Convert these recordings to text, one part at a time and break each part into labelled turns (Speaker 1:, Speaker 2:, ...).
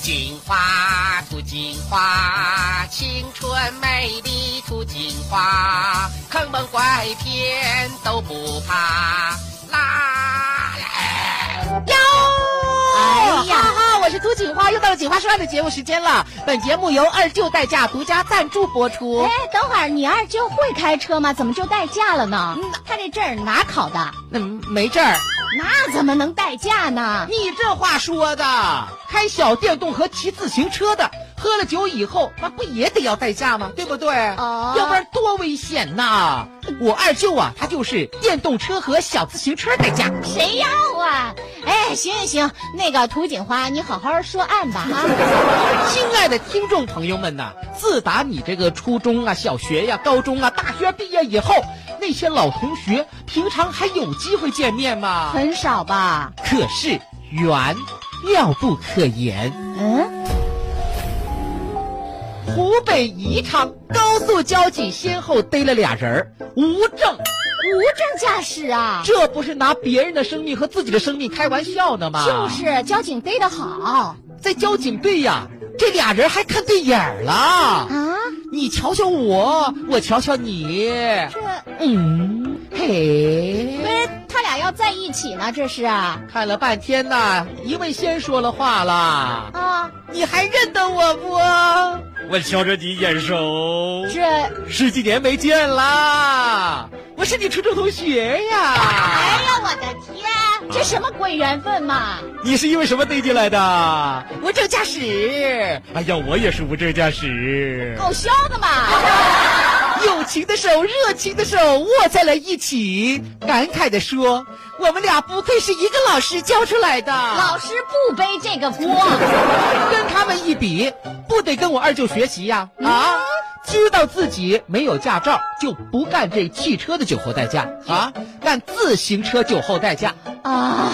Speaker 1: 金花，吐金花，青春美丽吐金花，坑蒙拐骗都不怕。啦
Speaker 2: 哟！
Speaker 3: 哎呀
Speaker 2: 哦哈哈！我是涂锦花，又到了锦花说爱的节目时间了。本节目由二舅代驾独家赞助播出。
Speaker 3: 哎，等会儿你二舅会开车吗？怎么就代驾了呢？他这证儿哪考的？
Speaker 2: 那、嗯没证儿，
Speaker 3: 那怎么能代驾呢？
Speaker 2: 你这话说的，开小电动和骑自行车的，喝了酒以后，那不也得要代驾吗？对不对？
Speaker 3: 哦
Speaker 2: 要不然多危险呐！我二舅啊，他就是电动车和小自行车代驾。
Speaker 3: 谁要啊？哎，行行行，那个涂锦花，你好好说案吧啊！
Speaker 2: 亲爱的听众朋友们呐、自打你这个初中啊、小学呀、高中啊、大学毕业以后，那些老同学平常还有机会见面吗？
Speaker 3: 很少吧？
Speaker 2: 可是缘妙不可言。
Speaker 3: 嗯，
Speaker 2: 湖北宜昌高速交警先后逮了俩人儿，无证，
Speaker 3: 无证驾驶啊，
Speaker 2: 这不是拿别人的生命和自己的生命开玩笑呢吗？
Speaker 3: 就是交警逮得好啊
Speaker 2: 在交警队呀、这俩人还看对眼儿了。
Speaker 3: 啊！
Speaker 2: 你瞧瞧我，我瞧瞧你，
Speaker 3: 这
Speaker 2: 嗯，嘿
Speaker 3: 不。是他俩要在一起呢，这是啊
Speaker 2: 看了半天呐，一位先说了话啦，
Speaker 3: 啊！
Speaker 2: 你还认得我不？
Speaker 4: 我瞧着你眼熟，
Speaker 3: 这哎
Speaker 2: 十几年没见啦，我是你初中同学呀。
Speaker 3: 哎呀，我的天，这什么鬼缘分嘛！
Speaker 4: 你是因为什么逮进来的？
Speaker 2: 无证驾驶，
Speaker 4: 哎呀，我也是无证驾驶。
Speaker 3: 搞笑的嘛！
Speaker 2: 友情的手，热情的手握在了一起，感慨地说：“我们俩不愧是一个老师教出来的。”
Speaker 3: 老师不背这个锅，
Speaker 2: 跟他们一比，不得跟我二舅学习呀、啊？知道自己没有驾照，就不干这汽车的酒后代驾啊，干自行车酒后代驾。
Speaker 3: 啊！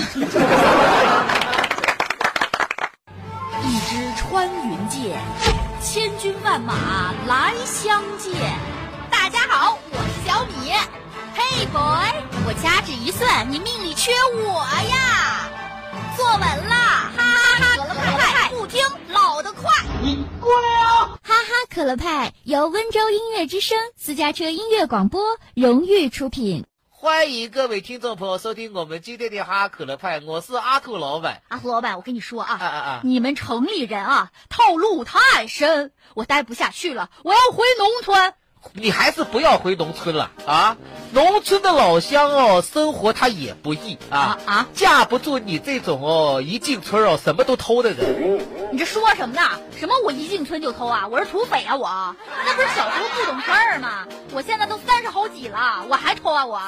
Speaker 5: 一支穿云箭，千军万马来相见。大家好，我是小米。嘿、boy，我掐指一算，你命里缺我呀！坐稳了，哈哈，可乐派不听老的快。
Speaker 6: 哈哈可乐派由温州音乐之声私家车音乐广播荣誉出品。
Speaker 2: 欢迎各位听众朋友收听我们今天的哈可乐派，我是阿兔老板。
Speaker 5: 阿胡老板，我跟你说啊，
Speaker 2: 啊啊啊！
Speaker 5: 你们城里人啊，套路太深，我待不下去了，我要回农村。
Speaker 2: 你还是不要回农村了啊！农村的老乡哦，生活他也不易啊
Speaker 5: 啊啊！
Speaker 2: 架不住你这种哦，一进村哦什么都偷的人。
Speaker 5: 你这说什么呢？什么我一进村就偷啊？我是土匪啊我！那不是小时候不懂事儿吗？我现在都三十好几了，我还偷啊我！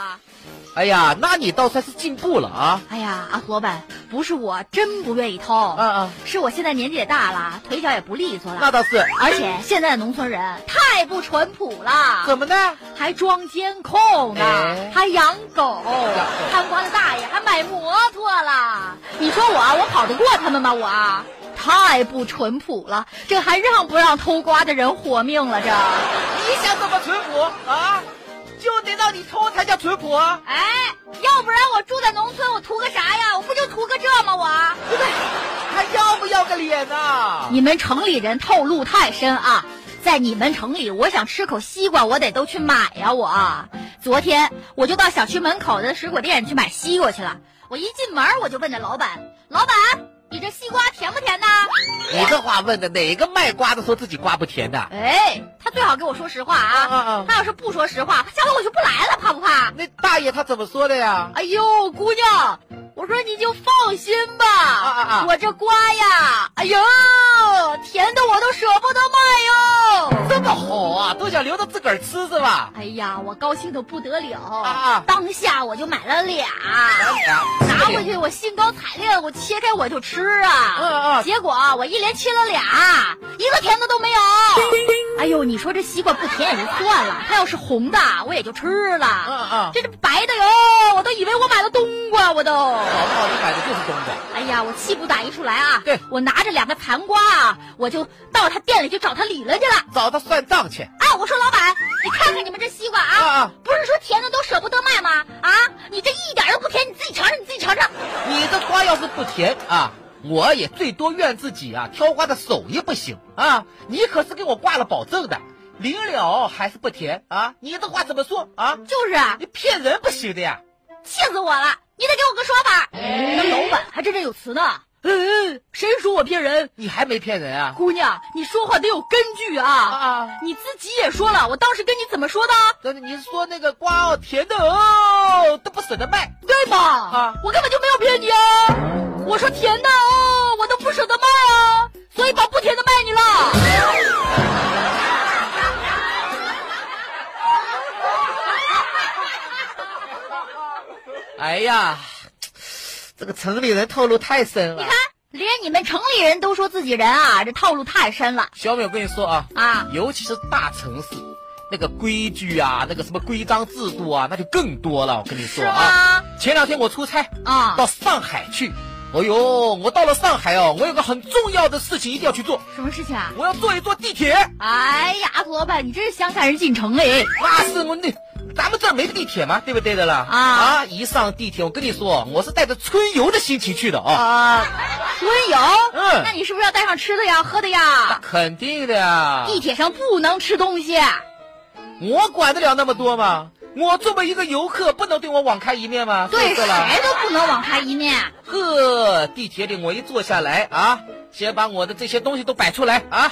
Speaker 2: 哎呀，那你倒算是进步了啊！
Speaker 5: 哎呀，阿老板，不是我真不愿意偷，
Speaker 2: 啊啊，
Speaker 5: 是我现在年纪也大了，腿脚也不利索
Speaker 2: 那
Speaker 5: 了，
Speaker 2: 倒是。哎
Speaker 5: 而且现在的农村人太不淳朴了，
Speaker 2: 怎么呢？
Speaker 5: 还装监控呢，
Speaker 2: 哎
Speaker 5: 还养狗
Speaker 2: 养，
Speaker 5: 贪官的大爷还买摩托了。你说我我跑得过他们吗？我啊太不淳朴了，这还让不让偷瓜的人活命了？这。
Speaker 2: 你想怎么淳朴啊？就得让你偷才叫淳朴啊！
Speaker 5: 哎，要不然我住在农村，我图个啥呀？我不就图个这吗？我啊
Speaker 2: 还要不要个脸呐、
Speaker 5: 你们城里人套路太深啊！在你们城里，我想吃口西瓜，我得都去买呀、我昨天我就到小区门口的水果店去买西瓜去了。我一进门我就问那老板：“老板，你这西瓜甜不甜呢
Speaker 2: 你这话问的，哪个卖瓜的说自己瓜不甜的？”？
Speaker 5: 哎，他最好给我说实话
Speaker 2: 啊
Speaker 5: 啊！
Speaker 2: 啊！
Speaker 5: 他要是不说实话，下回我就不来了，怕不怕？
Speaker 2: 那大爷他怎么说的呀？
Speaker 5: 哎呦，姑娘，我说你就放心吧，
Speaker 2: 啊啊
Speaker 5: 我这瓜呀，哎呦，甜的我都舍不得卖哟。
Speaker 2: 这么好啊，都想留着自个儿吃是吧？
Speaker 5: 哎呀，我高兴的不得了，
Speaker 2: 啊
Speaker 5: 当下我就买了俩，拿
Speaker 2: 拿
Speaker 5: 回去我兴高采烈，我切开我就吃啊。
Speaker 2: 嗯嗯
Speaker 5: 结果我一连切了俩，一个甜的都没有。哎呦，你说这西瓜不甜也就算了，它要是红的我也就吃了。
Speaker 2: 嗯嗯，
Speaker 5: 这这白的哟，我都以为我买了冬瓜，我都。
Speaker 2: 好不好？你买的就是冬瓜。
Speaker 5: 哎呀，我气不打一处来啊！
Speaker 2: 对
Speaker 5: 我拿着两个残瓜啊，我就到他店里去找他理论去了。
Speaker 2: 找他算账去。
Speaker 5: 哎，我说老板，你看看你们这西瓜
Speaker 2: 啊
Speaker 5: 啊，
Speaker 2: 啊！
Speaker 5: 不是说甜的都舍不得卖吗？啊，你这一点都不甜，你自己尝尝，你自己尝尝。
Speaker 2: 你这瓜要是不甜啊，我也最多怨自己啊，挑花的手艺不行啊！你可是给我挂了保证的，临了还是不甜啊！你这话怎么说啊？
Speaker 5: 就是啊，
Speaker 2: 你骗人不行的呀！
Speaker 5: 气死我了！你得给我个说法。
Speaker 2: 哎
Speaker 5: 那老板还真是有词呢。嗯，谁说我骗人？
Speaker 2: 你还没骗人啊？
Speaker 5: 姑娘，你说话得有根据啊！
Speaker 2: 啊！
Speaker 5: 你自己也说了，我当时跟你怎么说的？
Speaker 2: 那你说那个瓜哦，甜的哦，都不舍得卖。
Speaker 5: 对吗？
Speaker 2: 啊
Speaker 5: 我根本就没有骗你啊！我说甜的哦，我都不舍得卖啊，所以把不甜的卖你了。
Speaker 2: 哎呀，这个城里人套路太深了。
Speaker 5: 连你们城里人都说自己人啊，这套路太深了
Speaker 2: 小美，我跟你说啊，
Speaker 5: 啊！
Speaker 2: 尤其是大城市，那个规矩啊，那个什么规章制度啊，那就更多了。我跟你说啊，前两天我出差
Speaker 5: 啊
Speaker 2: 到上海去，哎呦，我到了上海哦，我有个很重要的事情一定要去做，
Speaker 5: 什么事情啊？
Speaker 2: 我要坐一坐地铁。
Speaker 5: 哎呀，阿罗吧，你真是乡下人进城哎！
Speaker 2: 那是我那，咱们这儿没地铁吗？对不对的啦？
Speaker 5: 啊
Speaker 2: 一上地铁，我跟你说，我是带着春游的心情去的啊
Speaker 5: 啊，春游，
Speaker 2: 嗯
Speaker 5: 那你是不是要带上吃的呀、喝的呀？
Speaker 2: 肯定的呀，
Speaker 5: 啊地铁上不能吃东西。
Speaker 2: 我管得了那么多吗？我作为一个游客，不能对我网开一面吗？
Speaker 5: 对
Speaker 2: 是不是啦
Speaker 5: 谁都不能网开一面。
Speaker 2: 呵，地铁里我一坐下来啊，先把我的这些东西都摆出来啊，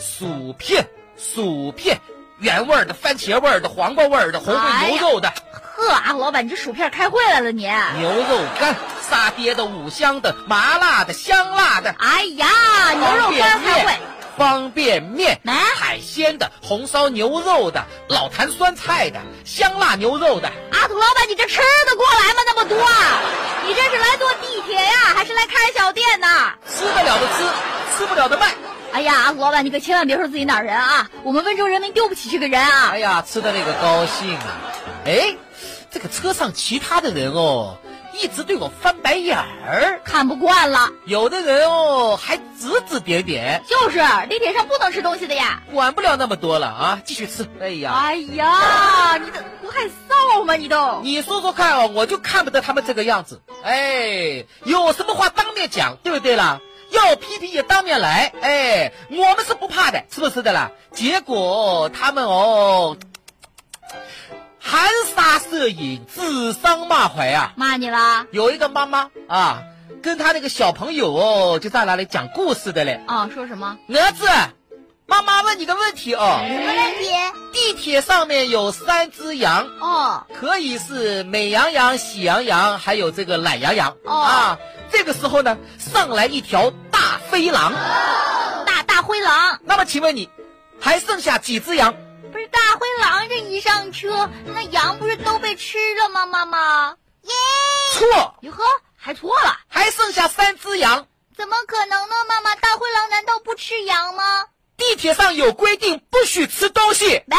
Speaker 2: 薯片、薯片，原味儿的、番茄味儿的、黄瓜味儿的、红烩
Speaker 5: 哎呀
Speaker 2: 牛肉的、
Speaker 5: 呵，阿老板，你这薯片开会来了你？哎
Speaker 2: 牛肉干、沙爹的、五香的、麻辣的、香辣的、
Speaker 5: 哎呀，牛肉干开会，哎
Speaker 2: 方便面、
Speaker 5: 来
Speaker 2: 海鲜的、红烧牛肉的、老坛酸菜的、香辣牛肉的。
Speaker 5: 阿土老啊板，你这吃的过来吗？那么多，你这是来坐地铁呀，还是来开小店呢？
Speaker 2: 吃得了的吃，吃不了的卖。
Speaker 5: 哎呀，阿土老板，你可千万别说自己哪儿人啊，我们温州人民丢不起这个人啊
Speaker 2: 哎。呀，吃的那个高兴啊！哎，这个车上其他的人哦，一直对我翻白眼儿，
Speaker 5: 看不惯了，
Speaker 2: 有的人哦还指指点点，
Speaker 5: 就是地铁上不能吃东西的呀。
Speaker 2: 管不了那么多了啊，继续吃。哎呀，
Speaker 5: 哎呀，你这不害臊吗？你都
Speaker 2: 你说说看哦，我就看不得他们这个样子。哎，有什么话当面讲，对不对啦？要批评也当面来，哎，我们是不怕的，是不是的啦？结果他们哦，含沙射影，指桑骂槐啊！
Speaker 5: 骂你了？
Speaker 2: 有一个妈妈啊，跟她那个小朋友哦，就在那里讲故事的嘞。
Speaker 5: 哦，说什么？
Speaker 2: 儿子，妈妈问你个问题哦，
Speaker 6: 什么问题？
Speaker 2: 地铁上面有三只羊，
Speaker 5: 哦，
Speaker 2: 可以是美羊羊、喜羊羊，还有这个懒羊羊、
Speaker 5: 哦
Speaker 2: 啊。这个时候呢，上来一条大飞狼。
Speaker 5: 大大灰狼
Speaker 2: 那么请问你，还剩下几只羊？
Speaker 5: 不是大灰狼，这一上车，那羊不是都被吃了吗？妈妈，
Speaker 2: 错，
Speaker 5: 哟呵，还错了，
Speaker 2: 还剩下三只羊。
Speaker 6: 怎么可能呢？妈妈，大灰狼难道不吃羊吗？
Speaker 2: 地铁上有规定，不许吃东西。
Speaker 5: 老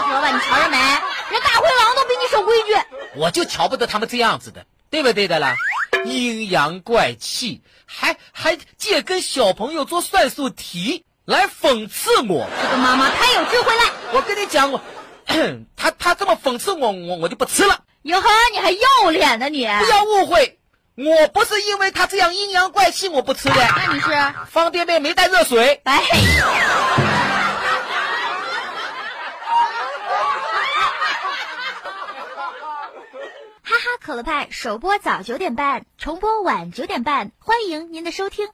Speaker 5: 虎老板，你瞧着没？人大灰狼都比你守规矩。
Speaker 2: 我就瞧不得他们这样子的，对不对的啦？阴阳怪气，还还借跟小朋友做算术题来讽刺我。
Speaker 5: 这个妈妈太有智慧了。
Speaker 2: 我跟你讲，我 他他这么讽刺我，我我就不吃了。
Speaker 5: 哟呵，你还要脸呢你？
Speaker 2: 不要误会，我不是因为他这样阴阳怪气我不吃的。
Speaker 5: 那你是？
Speaker 2: 方便面没带热水，
Speaker 5: 哎，
Speaker 6: 哈哈可乐派首播早九点半，重播晚九点半，欢迎您的收听。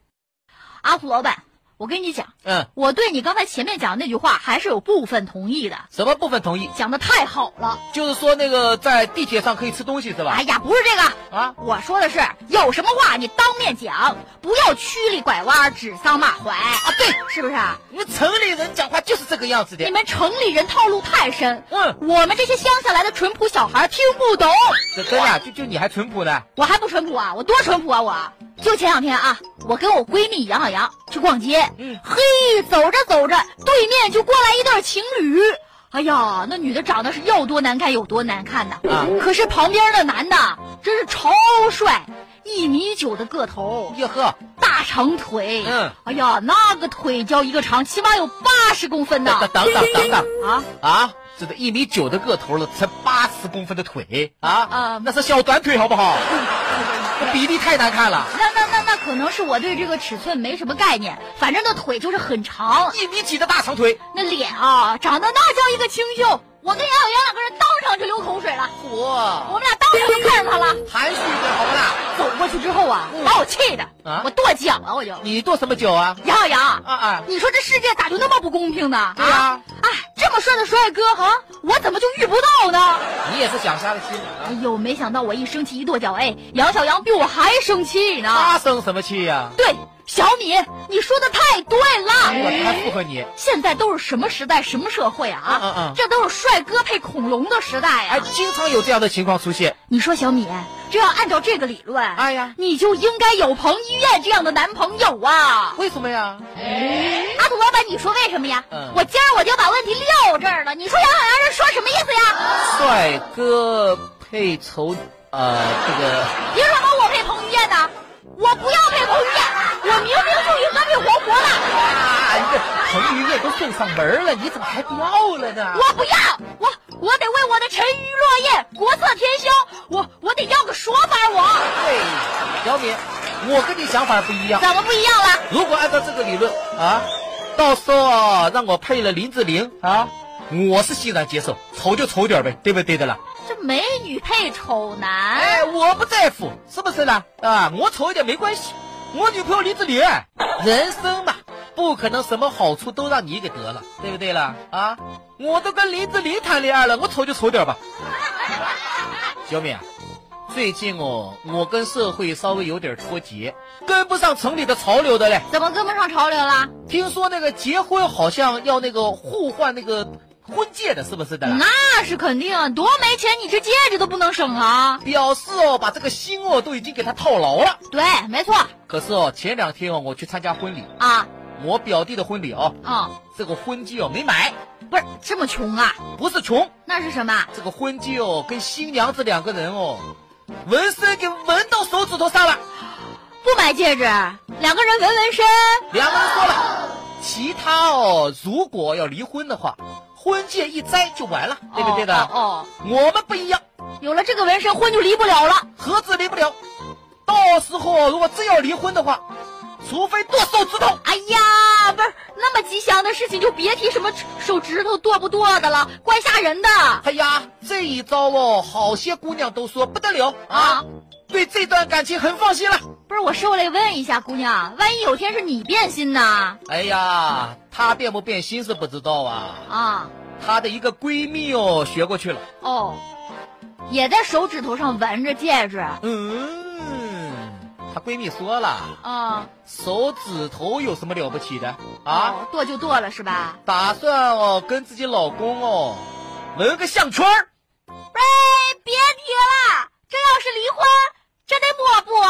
Speaker 5: 阿虎老板，我跟你讲，
Speaker 2: 嗯，
Speaker 5: 我对你刚才前面讲的那句话还是有部分同意的，
Speaker 2: 什么部分同意？
Speaker 5: 讲的太好了。
Speaker 2: 就是说那个在地铁上可以吃东西是吧
Speaker 5: 哎？呀，不是这个，
Speaker 2: 啊，
Speaker 5: 我说的是有什么话你当面讲，不要曲里拐弯、指桑骂槐啊！对，是不是？
Speaker 2: 你们城里人讲话就是这个样子的
Speaker 5: 你。们城里人套路太深，
Speaker 2: 嗯
Speaker 5: 我们这些乡下来的淳朴小孩听不懂。
Speaker 2: 这真的，就就你还淳朴呢。
Speaker 5: 我还不淳朴啊，我多淳朴啊我！就前两天啊，我跟我闺蜜杨小杨去逛街，
Speaker 2: 嗯
Speaker 5: 嘿，走着走着，对面就过来一对情侣。哎呀，那女的长得是要多难看有多难看呐！
Speaker 2: 啊
Speaker 5: 可是旁边那男的真是超帅，一米九的个头，
Speaker 2: 哟呵，
Speaker 5: 大长腿，
Speaker 2: 嗯，
Speaker 5: 哎呀，那个腿叫一个长，起码有八十公分
Speaker 2: 等
Speaker 5: 呢
Speaker 2: 等等等等等
Speaker 5: 啊！
Speaker 2: 啊！这都一米九的个头了，才八十公分的腿啊
Speaker 5: 啊嗯
Speaker 2: 那是小短腿好不好？这比例太难看了，
Speaker 5: 那那那那可能是我对这个尺寸没什么概念，反正那腿就是很长，
Speaker 2: 一米几的大长腿，
Speaker 5: 那脸啊长得那叫一个清秀。我跟杨小媛两个人当场就流口水了，
Speaker 2: 嚯，
Speaker 5: 我们俩当场就看上他了。
Speaker 2: 含蓄一点好不啦？
Speaker 5: 走过去之后啊，把我气的，
Speaker 2: 啊
Speaker 5: 我跺脚了，我就
Speaker 2: 你跺什么脚啊？
Speaker 5: 杨小杨，
Speaker 2: 啊啊，
Speaker 5: 你说这世界咋就那么不公平呢？
Speaker 2: 对啊呀
Speaker 5: 哎，这么帅的帅哥哈，我怎么就遇不到呢？
Speaker 2: 你也是想瞎了心了
Speaker 5: 哎呦，没想到我一生气一跺脚，哎，杨小杨比我还生气呢。
Speaker 2: 啊？他生什么气呀、
Speaker 5: 对，小米，你说的太对
Speaker 2: 哎我
Speaker 5: 了。
Speaker 2: 才附和你。
Speaker 5: 现在都是什么时代，什么社会啊？
Speaker 2: 嗯嗯嗯
Speaker 5: 这都是帅哥配恐龙的时代呀、
Speaker 2: 哎，经常有这样的情况出现。
Speaker 5: 你说小米，这要按照这个理论，
Speaker 2: 哎呀，
Speaker 5: 你就应该有彭于晏这样的男朋友啊！
Speaker 2: 为什么呀？
Speaker 5: 阿土老板，你说为什么呀？
Speaker 2: 哎嗯
Speaker 5: 我今儿我就把问题撂这儿了。你说杨小洋这说什么意思呀？
Speaker 2: 帅哥配丑，呃，这个
Speaker 5: 凭什么我配彭于晏呢？我不要配彭于晏，我明明就应该配黄渤的。
Speaker 2: 啊，你这彭于晏都送上门了，你怎么还不要了呢？
Speaker 5: 我不要，我我得为我的沉鱼落雁、国色天香，我我得要个说法我。
Speaker 2: 对，小敏，我跟你想法不一样。
Speaker 5: 怎么不一样了？
Speaker 2: 如果按照这个理论啊，到时候啊让我配了林志玲啊，我是欣然接受，丑就丑点呗，对不对的啦？
Speaker 5: 这美女配丑男，
Speaker 2: 哎，我不在乎，是不是啦？啊，我丑一点没关系，我女朋友林志玲，人生嘛，不可能什么好处都让你给得了，对不对啦？啊，我都跟林志玲谈恋爱了，我丑就丑点吧。 小敏啊，最近哦，我跟社会稍微有点脱节，跟不上城里的潮流的嘞。
Speaker 5: 怎么跟不上潮流了？
Speaker 2: 听说那个结婚好像要那个互换那个婚戒的，是不是的啦？
Speaker 5: 那是肯定，多没钱，你这戒指都不能省啊！
Speaker 2: 表示哦，把这个心哦都已经给他套牢了。
Speaker 5: 对，没错
Speaker 2: 可是哦，前两天哦，我去参加婚礼，
Speaker 5: 啊，
Speaker 2: 我表弟的婚礼哦，
Speaker 5: 嗯，
Speaker 2: 这个婚戒哦没买，
Speaker 5: 不是这么穷啊，
Speaker 2: 不是穷，
Speaker 5: 那是什么？
Speaker 2: 这个婚戒哦跟新娘子两个人哦，纹身给纹到手指头上了。
Speaker 5: 不买戒指，两个人纹纹身，
Speaker 2: 两个人说了，其他哦如果要离婚的话，婚戒一摘就完了，对不对的？
Speaker 5: 哦，
Speaker 2: 我们不一样，
Speaker 5: 哦有了这个纹身，婚就离不了了。
Speaker 2: 合资离不了，到时候哦如果真要离婚的话，除非剁手指头。
Speaker 5: 哎呀，不是那么吉祥的事情，就别提什么手指头剁不剁的了，怪吓人的
Speaker 2: 哎呀，这一招哦，好些姑娘都说不得了啊，
Speaker 5: 啊！
Speaker 2: 对这段感情很放心了。
Speaker 5: 不是我受累问一下，姑娘，万一有天是你变心呢？
Speaker 2: 哎呀，她变不变心是不知道啊。
Speaker 5: 啊，
Speaker 2: 她的一个闺蜜哦，学过去了。
Speaker 5: 哦，也在手指头上纹着戒指
Speaker 2: 嗯，她闺蜜说了，
Speaker 5: 啊。
Speaker 2: 手指头有什么了不起的啊？
Speaker 5: 哦，剁就剁了是吧？
Speaker 2: 打算哦跟自己老公哦纹个项圈儿
Speaker 5: 喂，别提了，这要是离婚，这得抹布